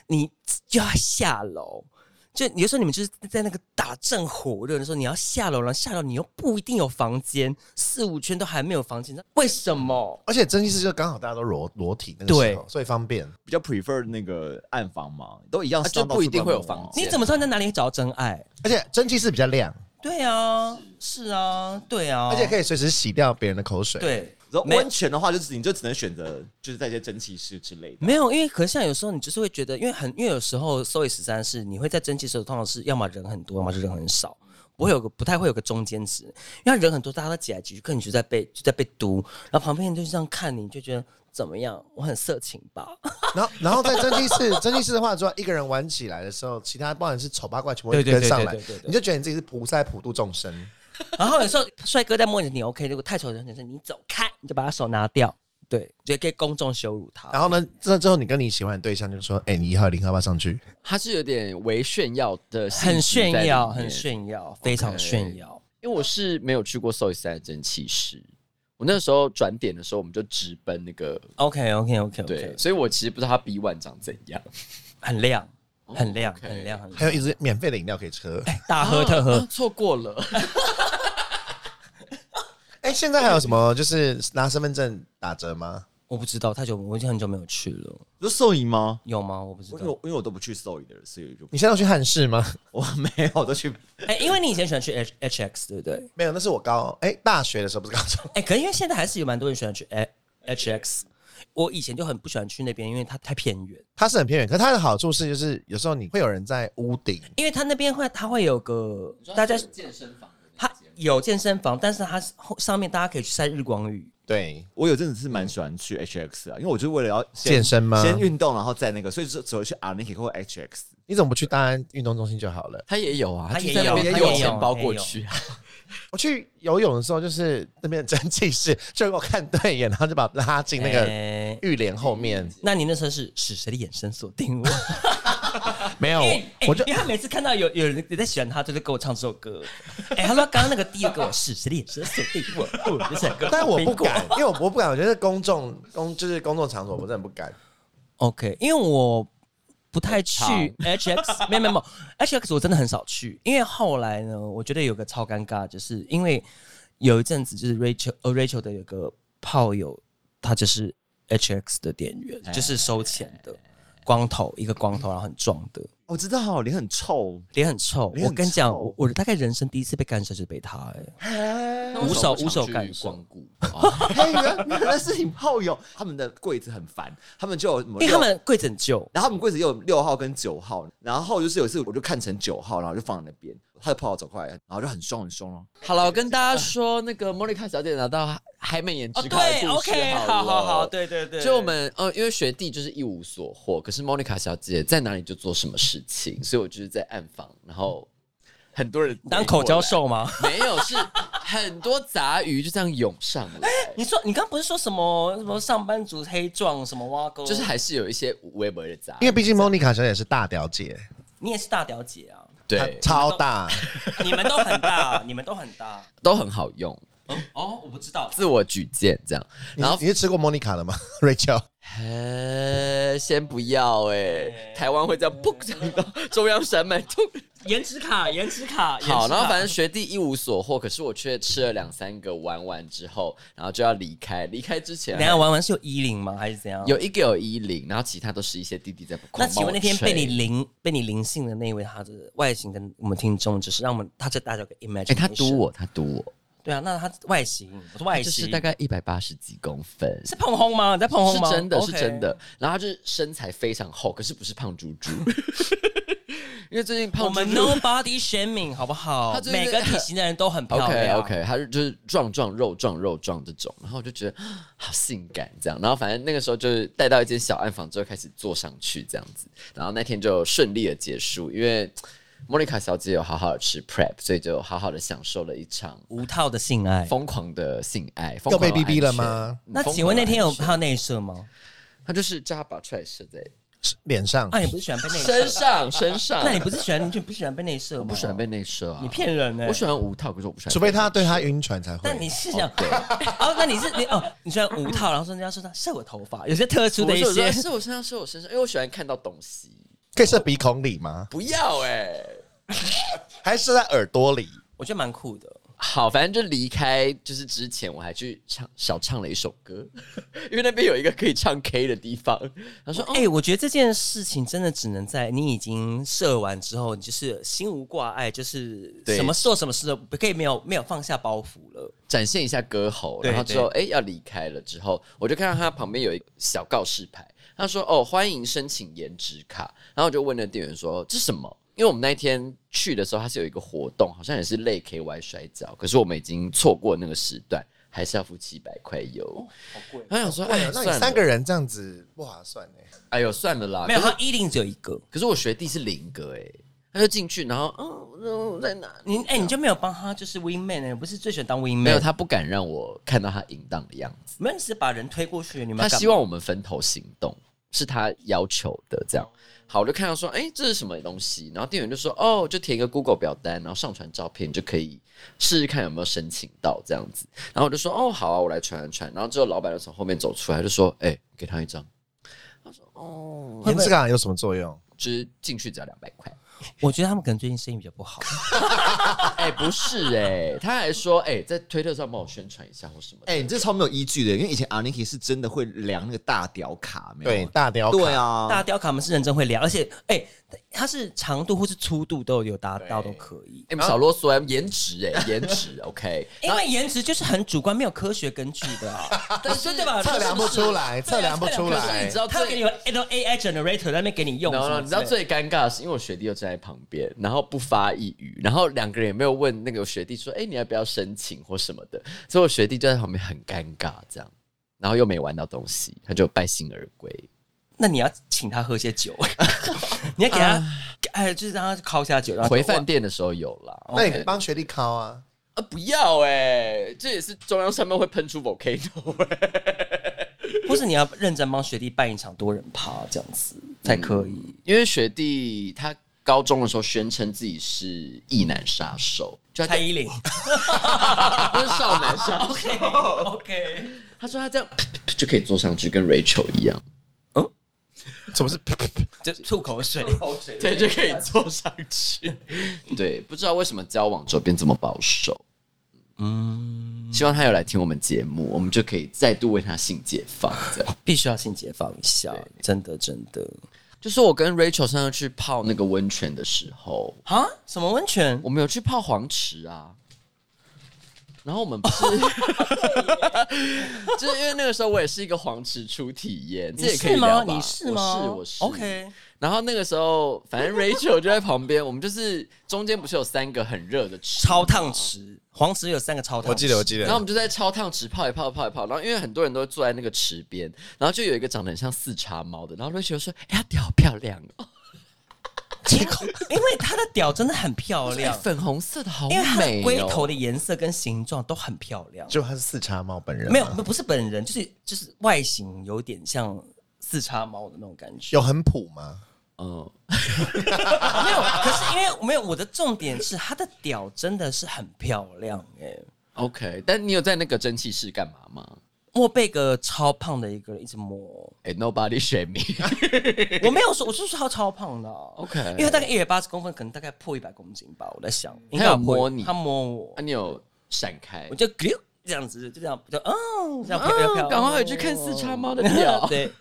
你就要下楼。就有时候你们就是在那个打正火热的时候，你要下楼，然后下楼你又不一定有房间，四五圈都还没有房间，那为什么？
而且蒸汽室就刚好大家都裸裸体那个时候，
对
所以方便。
比较 prefer 那个暗房嘛，都一样
啊
上
就
到
不一
处
定
乱
会有
摸啊
房间
你怎么知道你在哪里找到真爱？
而且蒸汽室比较亮，
对啊，是啊，对啊，
而且可
以
以随时洗掉别人的口水。，
对，
然后
没
温泉的话，就是你就只能选择就是在一些蒸汽室之类的。
没有，因为可是像有时候你就是会觉得，因为很因为有时候 Soy 十三是你会在蒸汽时候，通常是要么人很多，要么是人很少。不会有个不太会有个中间值，因为人很多，大家都挤来挤去，可能你就在被就在被毒，然后旁边人就这样看你，你就觉得怎么样？我很色情 吧？
然后然后在蒸汽室， 蒸汽室的话，主要一个人玩起来的时候，其他不管是丑八怪全部
对
会
对
跟
对
上来
对对对，对
你就觉得你自己是菩萨普度众生。
然后有时候帅哥在摸你，你 OK；如果太丑的人，你说你走开，你就把他手拿掉，对，就可以公众羞辱他。
然后呢，这之后你跟你喜欢的对象就说：“哎、你一号零号要不要上去
哎
它是有点微炫耀的，
很炫耀，很。炫耀，非常炫耀。
因为我是没有去过 Soy 三的蒸汽室，我那时候转点的时候，我们就直奔那个
OK OK OK
对
OK，
所以我其实不知道它 B one 长怎样。
很亮，很亮，
OK
很亮，很？”亮
还有一支免费的饮料可以喝。哎、
大 喝特喝
啊，错过了，
哎现在还有什么就是拿身份证打折吗？
我不知道太久，我已经很久没有去了，
你说兽医吗？
有吗？我不知
因
道
为。我因为我都不去兽医的人，所以就
你现在要去汉室吗？
我没有我都去。
哎、因为你以前喜欢去 H H X 对不对？
没有，那是我高哎、大学的时候不是高中。
哎、可是因为现在还是有蛮多人喜欢去 H X，我以前就很不喜欢去那边，因为它太偏远，
它是很偏远，可它的好处是，就是有时候你会有人在屋顶，
因为它那边会它会有个大家
健身房
它有健身房，但是它是后上面大家可以去晒日光浴。
对，
我有阵子是蛮喜欢去 HX 啊，因为我就是为了要先
健身吗
先运动，然后再那个，所以就只会去 a n i k 或 HX。
你怎么不去大安运动中心就好了？
他也有啊，
它也
就在那
有
边
它
有
也有
钱包
它也
过
有
去啊，
我去游泳的时候，就是那边的蒸汽室， 就给我看对眼，然后就把我拉进那个
哎
浴帘后面。
那你那时候是使谁的眼神锁定 我？
没有
哎，哎，
我就
因为他每次看到有有人在喜欢他，就是给我唱这首歌。哎、他说刚刚那个第一个给我是谁的眼神锁定我？不，这首歌，
但我不敢，因为我我不敢，我觉得公众公就是公众场所，我真的不敢。
OK，因为我不太去 HX，没有没有没有 HX，我真的很少去。因为后来呢，我觉得有个超尴尬，就是因为有一阵子就是 Rachel 呃 Rachel 的有个炮友，他就是 HX 的店员，就是收钱的，光头一个光头，然后很壮的，
哦我知道脸很臭，
脸很臭。
脸很
我跟你讲，
臭
我我大概人生第一次被干涉就是被他哎、
我
无手
常
无手
去
干涉
光顾。 哦
嘿，原来原来是你炮友，他们的柜子很烦，他们就有什么
因为
六
他们柜子很旧，
然后我们柜子又有六号跟九号，然后就是有一次我就看成九号，然后就放在那边，他的炮友走过来，然后就很凶很凶哦。
好了，我跟大家说，那个莫妮卡小姐拿到海美颜值卡的
哦对
故事
，OK，
了
好好好，。对对对，
哦就我们，呃，因为学弟就是一无所获，可是 Monica 小姐在哪里就做什么事情，所以我就是在暗访，然后很多人
当口交兽吗？
没有，是很多杂鱼就这样涌上 来，
你说你刚不是说什么什么上班族黑壮什么挖沟，
就是还是有一些微博的杂
因为
鱼，
毕竟莫妮卡小姐是大屌姐，
你也是大屌姐啊，
她
对，
超大。
你们都很大，你们都很大。
都很好用，
哦，我不知道，
嗯自我举荐这样。
你
然后
你是吃过莫妮卡的吗 ，Rachel？
呃，先不要哎、台湾会这样砰讲到中央山脉突
颜值卡，颜值卡。
好，然后反正学弟一无所获，可是我却吃了两三个，玩完之后，然后就要离开。离开之前
等一，下玩完是有衣领吗？还是怎样？。
有一个有衣领，然后其他都是一些弟弟在
那
狂
请问那天
帮我
被你
吹
灵被你灵性的那位，他的外形跟我们听众，就是让我们他这大家有个 image。
哎、他堵，我，他堵我，
对啊，那他外形，我说外
就
形
是大概一百八十几公分，
是碰轰吗？你在碰轰
是
吗？
真的是
OK
真的。。然后他就是身材非常厚，可是不是胖猪 猪，因为最近
我
胖猪
们
猪
no body shaming 好不好
他？就是
每个体型的人都很漂
OK
亮。
OK，他就就是壮壮肉壮肉壮这种，然后我就觉得啊好性感这样，然后反正那个时候就是带到一间小暗房之后开始坐上去这样子，然后那天就顺利的结束，因为莫妮卡小姐有好好的吃 prep，所以就好好的享受了一场
无套的性爱。
疯狂的性爱，疯
又被
狂的
逼逼了
安全
吗？
嗯
那
疯
请
狂
问
的
那天有
安全
还有内射吗？
他就是叫他把踹射在
脸上
啊，你不是喜欢被内
身
射？
上身上，
那你不是喜欢，你就不喜欢被内射吗？
我不喜欢被内射啊！
你骗人呢。
我喜欢无套，可是我不喜欢被内射。
除非他对他晕船才会。
但你是想， 哦，那你是你哦，你喜欢无套，然后说人家说他射我头发，有些特殊
不
的
是
一
我说
些，
是我身上，是我身上，因为我喜欢看到东西。
可以射鼻孔里吗？
不要哎、
还是在耳朵里？
我觉得蛮酷的。
好，反正就离开，就是之前我还去唱小唱了一首歌， 因为那边有一个可以唱 K 的地方。他说：“
哎、我觉得这件事情真的只能在你已经射完之后，你就是心无挂碍，就是
对
什么做什么事都不可以没有没有放下包袱了。
展现一下歌喉，
对
然后之后哎、要离开了之后，我就看到他旁边有一个小告示牌，他说哦欢迎申请颜值卡，然后我就问那店员说这什么？因为我们那一天去的时候，它是有一个活动，好像也是类 KY 摔跤，可是我们已经错过那个时段，还是要付七百块油。他想说，哎，
啊那
算
你
了，
三个，人这样子不划算哎。
哎呦，算了啦。
没有，
可
他
是，
一定只有一个。
可是我学弟是零个哎、他就进去，然后嗯嗯在哪里？
你哎、你就没有帮他就是 win man 呢、你不是最喜欢当 win man？
没有，他不敢让我看到他淫荡的样子。
没有，你只是把人推过去，你们
他
要干
希
嘛
望我们分头行动，是他要求的。这样，好，我就看到说，哎、这是什么东西？然后店员就说，哦，就填一个 Google 表单，然后上传照片，你就可以试试看有没有申请到这样子。然后我就说，哦，好啊，我来传传传。然后之后老板就从后面走出来，就说，哎、给他一张。
会
颜
不会
值卡啊有什么作用？
就是进去只要两百块，
我觉得他们可能最近生意比较不好。
哎、不是哎、他还说，哎、在推特上帮我宣传一下或什么的，
哎、你这超没有依据的，因为以前 Aniki 是真的会量那个大屌卡，没有
对，大雕卡
对，啊，
大雕卡们是认真会聊，而且哎、它是长度或是粗度都有达到都可以。
哎、少啰嗦、颜值哎、颜 值，OK，
因为颜值就是很主观，没有科学根据 的啊，对对吧？
测量不出来，测量不出
可是
来
你知。道
他
最
给你有 AI generator 在那边给你用
然
什
后
么
你
之类的，
知道最尴尬的是，因为我学弟又站在旁边，然后不发一语，然后两个人也没有问那个学弟说：“哎、你要不要申请或什么的？”所以我学弟就在旁边很尴尬这样，然后又没玩到东西，他就败兴而归。
那你要请他喝些酒， 你要给他，哎，就是让他敲下酒，然后
啊回饭店的时候有啦，
那
OK
你帮学弟敲啊？
啊不要哎、这也是中央山脉会喷出 volcano 哎、
或是你要认真帮学弟办一场多人趴这样子才可以。
因为学弟他高中的时候宣称自己是异男杀手，就他
蔡依 林
不是少男 杀手，
哦，OK，
他说他这样就可以坐上去跟 Rachel 一样。
怎么是？
就吐口水。
对，就可以坐上去。对，不知道为什么交往之后变这么保守。嗯，希望他有来听我们节目，我们就可以再度为他性解放。这样，
必须要先解放一下，真的真的
就是我跟 Rachel 上次去泡那个温泉的时候，
啊！什么温泉？
我们有去泡黄池啊。然后我们不 是，就是因为那个时候我也是一个黄池初体验，这也可以
是吗？
聊吧
你是吗？
我是，我是。
OK，
然后那个时候，反正 Rachel 就在旁边，我们就是中间不是有三个很热的池，
超烫池，黄池有三个超烫池。
我记得，我记
然后我
得。
们就在超烫池泡一泡泡一泡，然后因为很多人都坐在那个池边，然后就有一个长得很像四叉猫的，然后 Rachel 说：“哎、她屌好漂亮哦，
因为它的屌真的很漂
哎
亮，
粉红色的好
因为它的
美、哦。”
龟头的颜色跟形状都很漂亮。
就他是四叉猫
啊
本人吗啊
没有，不是本人，就是就是外形有点像四叉猫的那种感觉。
有很普吗？
嗯，
没有？啊可是因为没有，我的重点是它的屌真的是很漂亮哎、
OK，但你有在那个蒸汽室干嘛吗？
我被个超胖的一个人一 直摸，
哎、n o b o d y shame me
我没有说，我是说他超胖的啊、
OK
因为他大概一百八十公分，可能大概破一百公斤吧。我在想，应
他有
该破
摸你
他摸我
啊，，你有闪开
我？就溜这样子，就这样，就嗯，这样飘飘飘，
嗯，赶快回去看四叉 猫的屌。
对，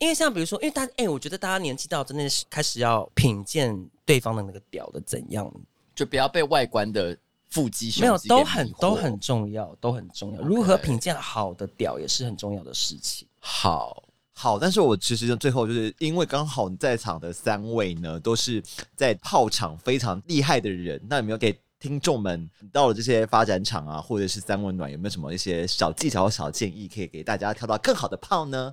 因为像比如说，因为大哎、我觉得大家年纪到真的是开始要品鉴对方的那个屌的怎样，
就不要被外观的腹肌、胸肌
没有，
给
都
迷
很
惑
都很重要，都很重要。如何评价好的屌也是很重要的事 情。
好。
好，但是我其实最后就是因为刚好在场的三位呢，都是在炮场非常厉害的人，那有没有给听众们你到了这些发展场啊，或者是三温暖，有没有什么一些小技巧、小建议，可以给大家跳到更好的炮呢？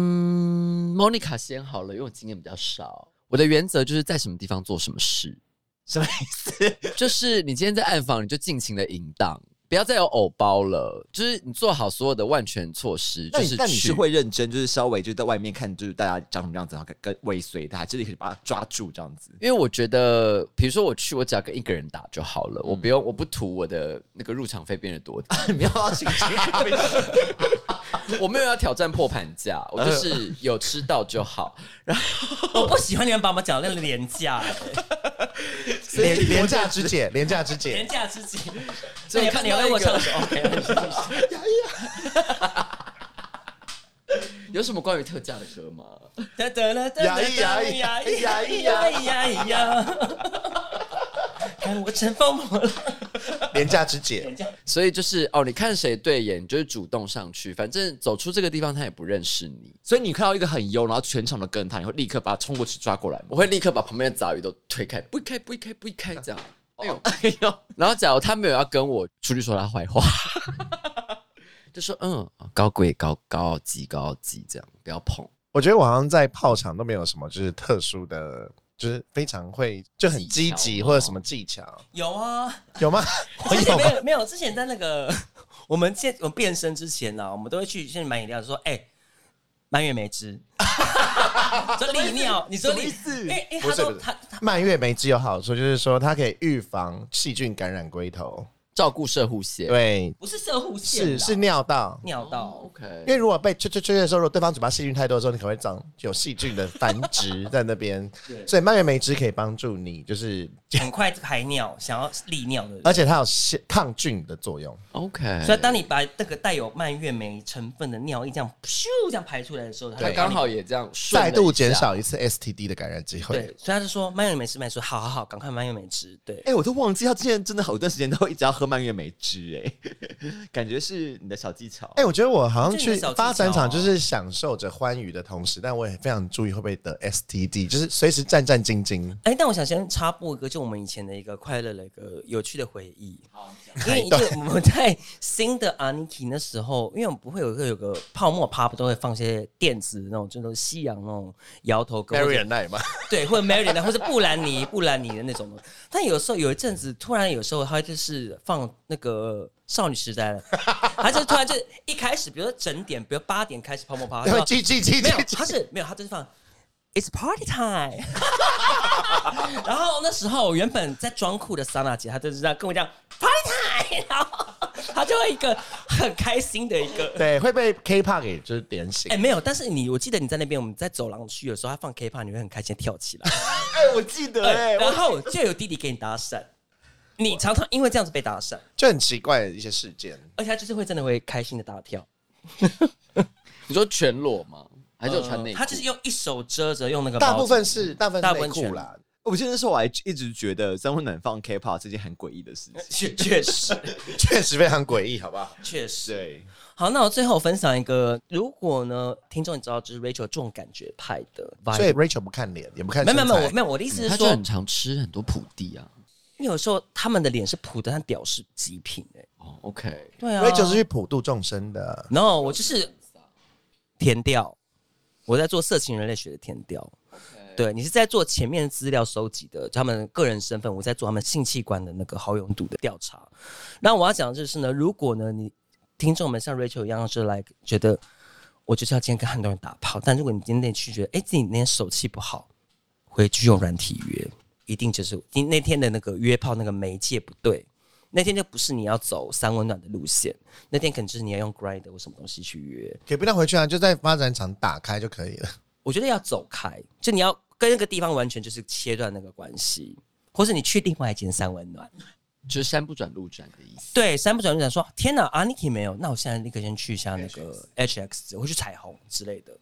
嗯，Monica 先好了，因为我经验比较少。我的原则就是在什么地方做什 么事，
什么意思？
就是你今天在暗访，你就尽情的淫荡，不要再有偶包了。就是你做好所有的万全措施，
那
就
你
是
那你
去
是会认真，就是稍微就在外面看，就是大家长什么样子，然后跟跟尾随大家，就是可以把它抓住这样 子。
因为我觉得，比如说我去，我只要跟一个人打就好了，
嗯
我不用，我不图我的那个入场费变得 多低，
你不要心情，
我没有要挑战破盘价，我就是有吃到 就好。
我不喜欢你们把我们讲的那个 廉价、欸，
廉廉价之姐， 廉价之姐
廉，价之极。
所
所
以
以
我
你
看
看
到
你要跟我
一个
唱 首
哎
OK，
有什么关于特价的歌吗？
哒哒啦哒
呀咿呀咿
呀咿呀
呀咿
咿
呀
呀咿呀咿呀， 看我乘风破浪。
廉价之姐，
廉价
所以就是哦，你看谁对眼，你就是主动上去，反正走出这个地方他也不认识你。
所以你看到一个很优，然后全场的跟他，你会立刻把他冲过去抓过来吗？
我会立刻把旁边的杂鱼都推开，不开不开不开这样。
哦
哎呦哎呦！然后假如他没有要跟我出去说他坏话， 就说嗯高贵高高傲级高傲级这样，不要碰。
我觉得我好像在炮场都没有什么就是特殊的，就是非常会就很积
技
极
巧
或者什么技巧，
有啊，
有吗？我
之前
有
没
吗？
有没有，之前在那个我们健我们变身之前啊呢、我们都会去先买饮料，说哎。蔓越莓汁，说利尿，你说
什么意
利
思
因为因为
不
他
是
都
不是
他他
蔓越莓只有好处，就是说它可以预防细菌感染龟头，
照顾射护线。
对，
不是射护线啦，
是是尿道。
尿
哦
道，
，OK，
因为如果被吹吹吹的时候，如果对方嘴巴细菌太多的时候，你可能会长有细菌的繁 殖在那边，所以蔓越莓汁可以帮助你，就是
很快排尿，想要利尿的人。
而且它有细抗菌的作用。
OK，
所以当你把那个带有蔓越莓成分的尿液这样咻这样排出来的时候，它
他
就
哎刚好也这样顺了
再
一下
度减。少一次 STD 的感染机会
哦对，。所以他就说蔓越莓汁，蔓越莓汁，好好好，赶快蔓越莓汁，对。
哎、我都忘记他之前真的好一段时间都一直要喝蔓越莓汁、哎，感觉是你的小技巧。
哎、我觉得我好像
这是
去
你的小技巧
发展场，
啊
就是享受着欢愉的同时，但我也非常注意会不会得 STD，就是随时战战兢兢。
哎、但我想先插播一个，就我们以前的一个快乐的一个有趣的回忆。因为
一
就我们在新的 Aniki 那时候，因为我们不会有一个有个泡沫趴，不都会放一些电子那种，就是西洋那种摇头歌，或者
奈嘛，
对，或者 Marion 啊或者布兰妮、布兰妮的那种。但有时候有一阵子，突然有时候他就是放那个少女时代了，他就突然就一开始，比如说整点，比如八点开始泡沫趴，
因
他
为
说
记记记
没
记
有，
记
他是没有，他就是放 It's party time 。 然后那时候原本在装酷的莎娜姐，她就是这样跟我讲 party time，然后她就会一个很开心的一个。
对，会被 K-pop 给就是点醒
哎、。没有，但是你，我记得你在那边，我们在走廊区有时候，他放 K-pop，你会很开心地跳起 来。
哎、我记得
对，然后就有弟弟给你搭讪，你常常因为这样子被搭讪，
就很奇怪的一些事件。
而且他就是会真的会开心的大跳，
你说全裸吗？还是有穿内裤？
他就是用一手遮着，用那个
大
帽
部
子
分是大部分
大
是
部
内
分
裤啦，
我记得那时候我还一直觉得三温暖放 K-pop 是件很诡异的事情。
确确实
确实非常诡异，好不好？
确实。
对，
好，那我最后分享一个，如果呢，听众你知道，就是 Rachel 重感觉派的 vibe，
所以哎 Rachel 不看脸，也不看
没有
身
没
材，
有没有，我没有，我的意思
他
是
就
说，
很常吃很多普地啊。
因为有时候他们的脸是普的，但屌是极品哎、
哦，OK，
对啊
Rachel 是去普度众生的。
然后我就是填调，我在做色情人类学的填调。对你是在做前面资料收集的，他们个人身份，我在做他们性器官的那个好友度的调查。那我要讲的就是呢，如果呢你听众们像 Rachel 一样是来觉得我就是要今天跟很多人打炮，但如果你今天去觉得哎、自己那天手气不好，回去用软体约，一定就是你那天的那个约炮那个媒介不对，那天就不是你要走三温暖的路线，那天可能就是你要用 Grind 或什么东西去约。
可以不要回去啊，就在发展场打开就可以了。
我觉得要走开，就你要跟那个地方完全就是切断那个关系，或是你去另外一间三温暖。
就是山不转路转的意思。
对，三不转就想说，天哪，阿 n i k i 没有，那我现在立刻先去一下那个 HX，我去彩虹之类的。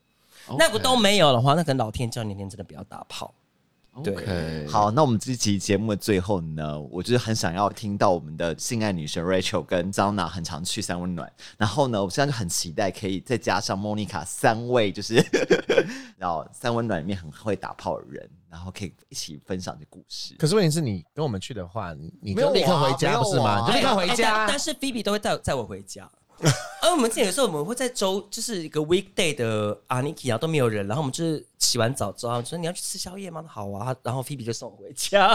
那个都没有的话，那可能老天叫你那天真的不要打炮。对
OK，，
好，那我们这期节目的最后呢，我就是很想要听到我们的性爱女神 Rachel 跟 Zana 很常去三温暖，然后呢，我现在就很期待可以再加上 Monica 三位，就是 然后三温暖里面很会打炮的人，然后可以一起分享这故事。
可是问题是你跟我们去的话，你你
没有
就立刻
我啊
回家
没有
不是
我
吗？
啊
你就立刻
哎
回
但
家。
但是 Phoebe 都会带带我回家。而我们之前有时候我们会在周，就是一个 weekday 的 Aniki 啊都没有人，然后我们就是洗完澡之后，我说你要去吃宵夜吗？好啊，然后 Phoebe 就送我回家。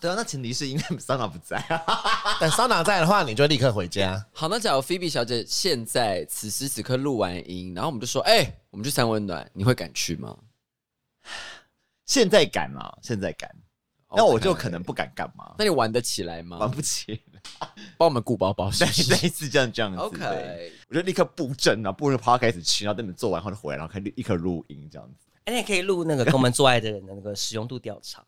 对啊，那前提是因为 Zana 不在、啊，
等桑拿在的话，你就立刻回家。
好，那假如菲比小姐现在此时此刻录完音，然后我们就说，哎、我们去三温暖，你会敢去 吗？
现在敢吗、现在敢，
哦
那我就可能，不敢干嘛，
那你玩得起来
玩
吗？
不起，
帮我们顾包 包是
类
不是
类似这样这样子。对
？OK，
我就立刻布阵啊，布阵 podcast 去，然后等你们做完后就回来，然后可以立刻录音这样子。
哎，你也可以录那个跟我们做爱的人的那个使用度调查，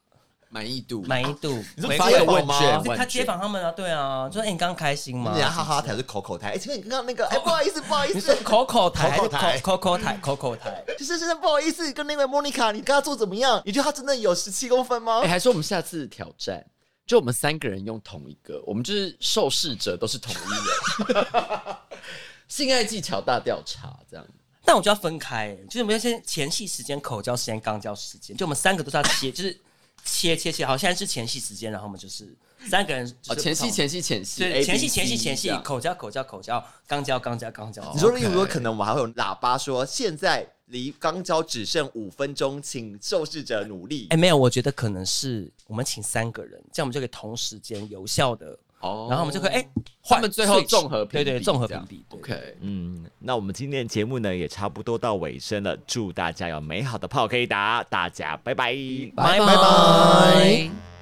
满意度，
满意 度。
说
没
发
有
言
问
吗
卷
他
就，他街访他们啊，对啊，就说哎、你刚刚开心吗？
人家哈哈台是口口台，哎、请问你刚刚那个，哎、不好意思，不好意
你说
思，
口口台还是
口口台
口口口台口口台？
就是真的不好意思，跟那位莫妮卡，你跟她做怎么样？你觉得她真的有十七公分吗
哎、？还说我们下次挑战，就我们三个人用同一个，我们就是受试者都是同一人。 性爱技巧大调查，这样
但我就要分开、就是我们要先前戏时间、口交时间、肛交时间，就我们三个都是要切，就是切切切。好，现在是前戏时间，然后我们就是三个人就是
哦，前戏
不同
前戏前戏，
对
A
前
B
戏
C
前戏前
这
戏，
样哦
口交口交口交，肛交肛交肛交
你。说，
OK
例如说，可能我们还会有喇叭说，现在离肛交只剩五分钟，请受试者努力。
哎，没有，我觉得可能是我们请三个人，这样我们就可以同时间有效的，
哦
然后我们就可以哎，
他们最后
switch
综合评
对
比
对综合
这
评
样
比对
OK，
嗯，那我们今天的节目呢也差不多到尾声了，祝大家有美好的炮可以打，大家拜拜。
拜
拜拜。